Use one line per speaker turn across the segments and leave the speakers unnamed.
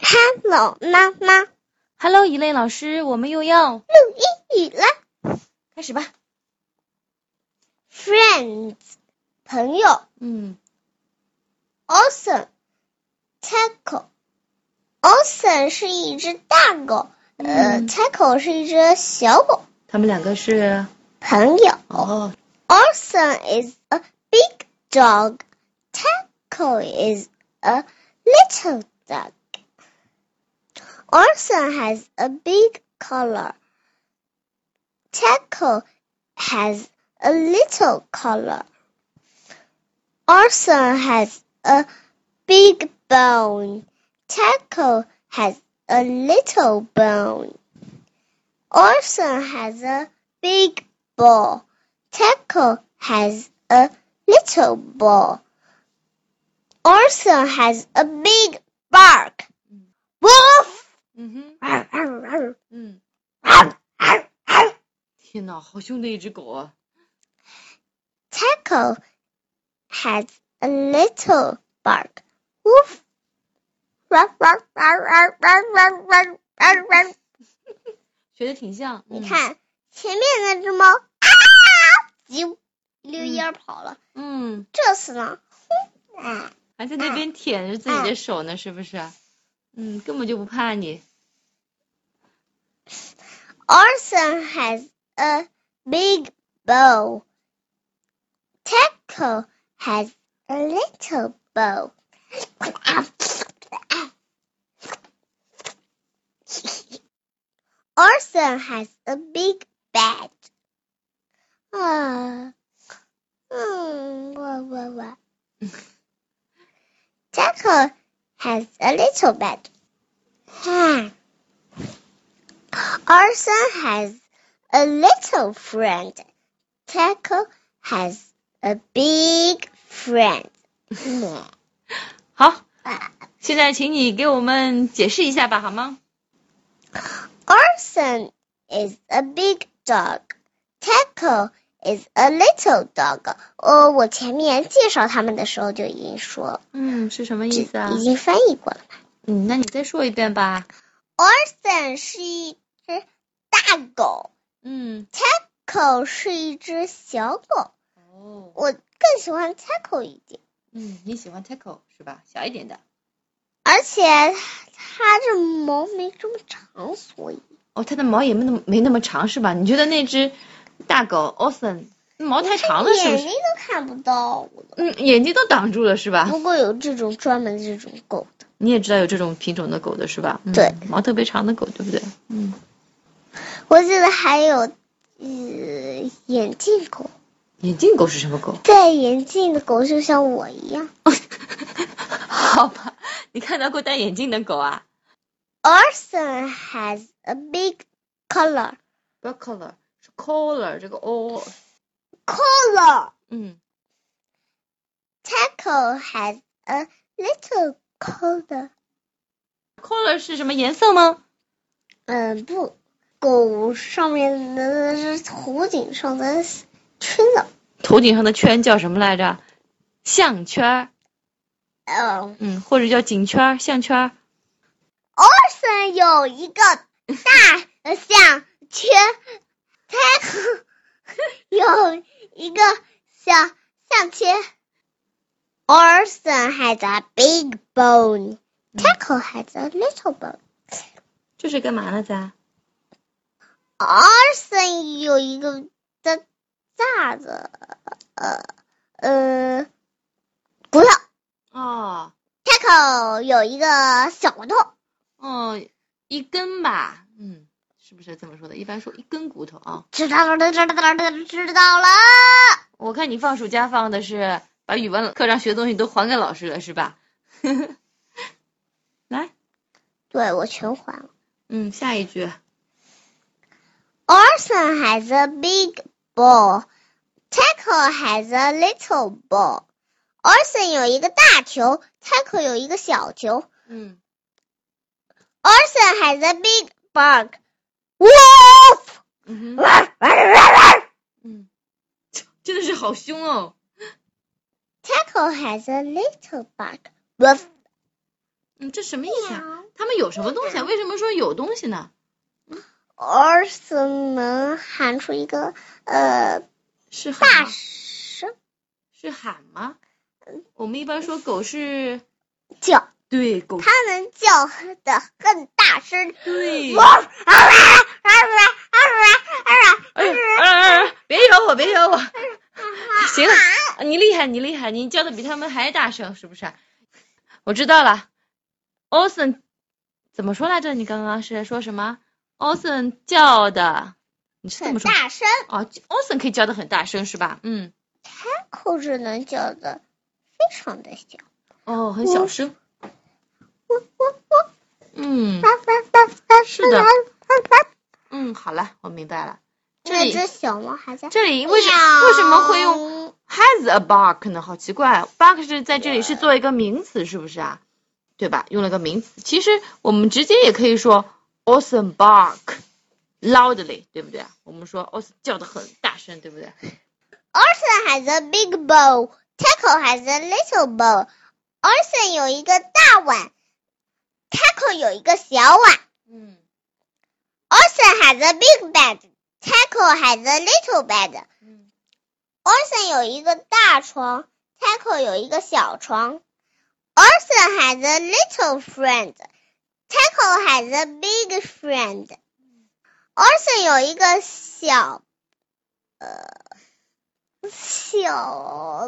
Hello，妈妈，
Hello，一类老师，我们又要
录英语了。
开始吧。
Friends，朋友
嗯
，Awesome。Taco。Awesome 是一只大狗，呃
嗯
，Taco 是一只小狗。
他们两个是
朋友
哦，
，Awesome is a big dog. Taco is a little dog. Awesome has a big collar. Taco has a little collar. Awesome has a big bone. Taco has a little bone. Awesome has a big ball. Taco has a little ball. Orson has a big bark. Wolf!
嗯哼，
Orson
嗯，天呐，好凶的一只狗啊！
Taco has a little bark. Woof.
学的挺像。
你
嗯，
看前面那只猫啊，急溜烟儿跑了。
嗯，
这次呢，哼啊，
还在那边舔着自己的手呢，是不是？嗯，根本就不怕你。
Orson has a big bow. Taco has a little bow. Orson has a big bed. 啊，嗯，我我我。Taco has a little bed. 啊。Orson has a little friend. Taco has a big friend.
好，现在请你给我们解释一下吧，好吗？
Orson is a big dog. Taco is a little dog. 哦，我前面介绍他们的时候就已经说，
嗯，是什么意思啊？
已经翻译过了。
嗯，那你再说一遍吧。
Orson 是一只大狗
嗯，
，Taco 是一只小狗。
哦，
我更喜欢 Taco 一点。
嗯，你喜欢 taco 是吧？小一点的。
而且它它这毛没这么长，所以
哦，它的毛也没那么没那么长是吧？你觉得那只大狗 Orson 毛太长了是不
眼
是
睛？都看不到。
嗯，眼睛都挡住了是吧？
如果有这种专门这种狗的，
你也知道有这种品种的狗的是吧？嗯
对，
毛特别长的狗对不对？嗯，
我记得还有，呃，眼镜狗。
眼镜狗是什么狗？
戴眼镜的狗就像我一样。
好吧，你看到过戴眼镜的狗啊
Orson has a big collar.
不要 collar，是 collar 这个 o，
Collar.
嗯
Taco has a little collar.
，collar 是什么颜色吗？
嗯，不，狗上面的是头顶上的圈子。
头顶上的圈叫什么来着？项圈儿，
嗯、
嗯，或者叫颈圈儿、项圈儿。
森有一个大项圈，他有一个小项圈。Orson has a big bone. Taco has a little bone.
这是干嘛呢？咱
Orson 有一个的大的呃呃骨头
哦
，Taco 有一个小骨头。
哦，一根吧，嗯，是不是这么说的？一般说一根骨头啊。
知道了，知道了，知道了。
我看你放暑假放的是把语文课上学的东西都还给老师了，是吧？来，
对我全还了。
嗯，下一句，
Orson has a big ball. Taco has a little ball. Orson 有一个大球，Taco 有一个小球。
嗯，
Orson has a big bark. Wolf!
嗯哼，嗯， 真的是好凶哦，
Taco has a little bark. Wolf.
嗯，这什么意思啊？ 他们有什么东西啊？为什么说有东西呢？
Orson 喊出一个呃
是喊
大
吗？
声
是喊吗？我们一般说狗是，
叫，
对，狗
它能叫的更大声。
对。
汪啊哇啊哇啊哇啊
哎呦哎哎，别咬我，别咬我。行了，你厉害，你厉害，你叫的比他们还大声，是不是啊？我知道了。Olsen 怎么说来着？你刚刚是说什么？Olsen 叫的，你是这
很
么说？
大声，
哦，Olsen 可以叫的很大声是吧？嗯，
可是能叫的非常的小。
哦，很小声。嗯是的嗯，好了，我明白了。这
那
里
只小猫还在。
这里为什为什么会用 has a bark 呢？好奇怪，bark 是在这里是做一个名词，是不是啊？对吧？用了个名词，其实我们直接也可以说 Olsen bark loudly，对不对啊？我们说 Olsen 叫的很大声，对不对？
？Orson has a big bowl. Taco has a little bowl. Orson 有一个大碗，Taco 有一个小碗。
嗯
Orson has a big bed. Taco has a little bed.
嗯
Orson 有一个大床，Taco 有一个小床。Orson has a little friend. Taco has a big friend. Orson 有一个小，呃，小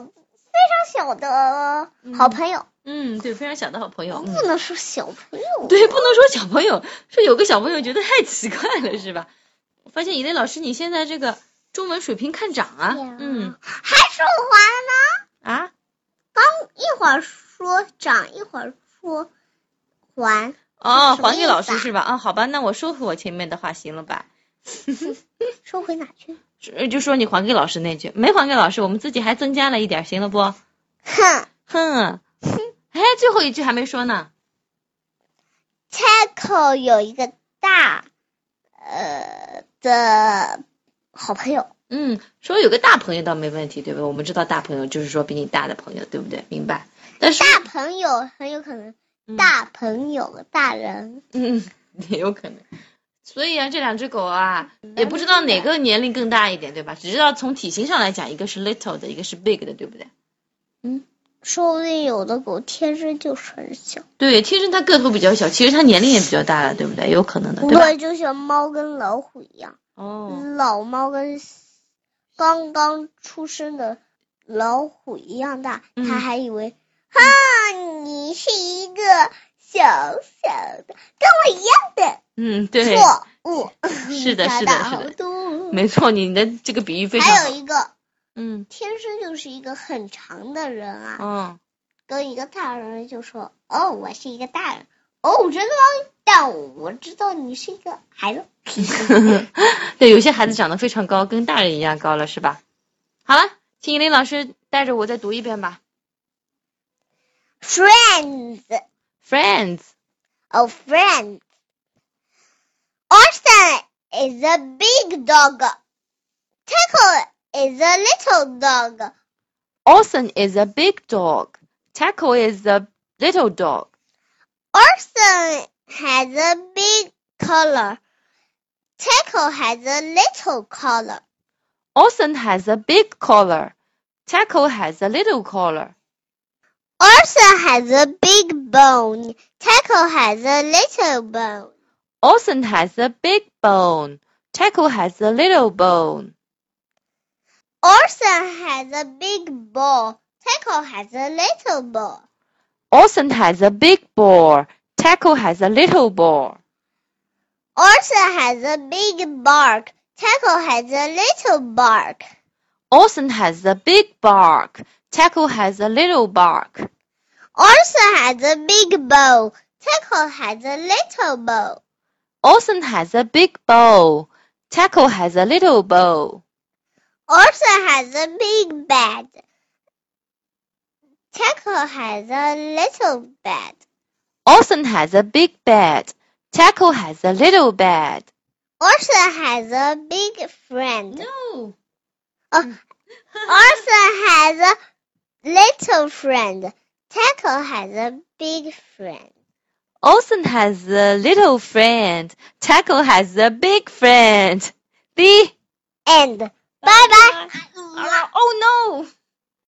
非常小的好朋友，
嗯，对，非常小的好朋友。嗯
不能说小朋友。
对，不能说小朋友，说有个小朋友觉得太奇怪了，是吧？我发现以磊老师你现在这个中文水平看涨啊，
呀
嗯
还说完
啊，
呢，一会儿说长，一会儿说还。
哦，
什么
还给
意
老
思
师
啊
是吧？啊，好吧，那我收回我前面的话，行了吧？
说回哪去？
是就说你还给老师那句，没还给老师，我们自己还增加了一点儿，行了不？
哼
哼，哎，最后一句还没说呢。
，Taco 有一个大呃的好朋友，
嗯，说有个大朋友倒没问题，对不对？我们知道大朋友就是说比你大的朋友，对不对？明白。 但是
大朋友很有可能
嗯
大朋友大人。
嗯，也有可能。所以啊，这两只狗啊，也不知道哪个年龄更大一点，对吧？只知道从体型上来讲，一个是 little 的，一个是 big 的，对不对？
说不定有的狗天生就是很小，
对，天生它个头比较小，其实它年龄也比较大了，对不对？也有可能的，
不
啊对吧？
过就像猫跟老虎一样，
哦，
老猫跟刚刚出生的老虎一样大，
嗯
它还以为啊你是一个小小的，跟我一样的。
嗯，对，
错误。
是的，是的，是的，
的。
没错，你的这个比喻非常
还
好
有。一个
嗯，
天生就是一个很长的人啊，
哦，
跟一个大人就说：“哦，我是一个大人。”哦，我知道，但我知道你是一个孩 子。
对，有些孩子长得非常高，跟大人一样高了，是吧？好了，请林老师带着我再读一遍吧。
Friends,
Friends,
oh friends. Orson is a big dog. Taco is a little dog.
Orson is a big dog. Taco is a little dog.
Orson has a big collar. Taco has a little collar.
Orson has a big collar. Taco has a little collar.
Orson has a big bone. Taco has a little bone.
Orson has a big bone. Taco has a little bone.
Orson has a big ball. Taco has a little ball.
Orson has a big ball. Taco has a little ball.
Orson has a big bark. Taco has a little bark.
Orson has a big bark. Taco has a little bark.
Orson has a big bow. Taco has a little bow.
Orson has a big bowl. Taco has a little bowl.
Orson has a big bed. Taco has a little bed.
Orson has a big bed. Taco has a little bed.
Orson has a big friend.
No.
Orson has a little friend. Taco has a big friend.
Olsen has a little friend. Taco has a big friend. The
And bye bye.
oh no.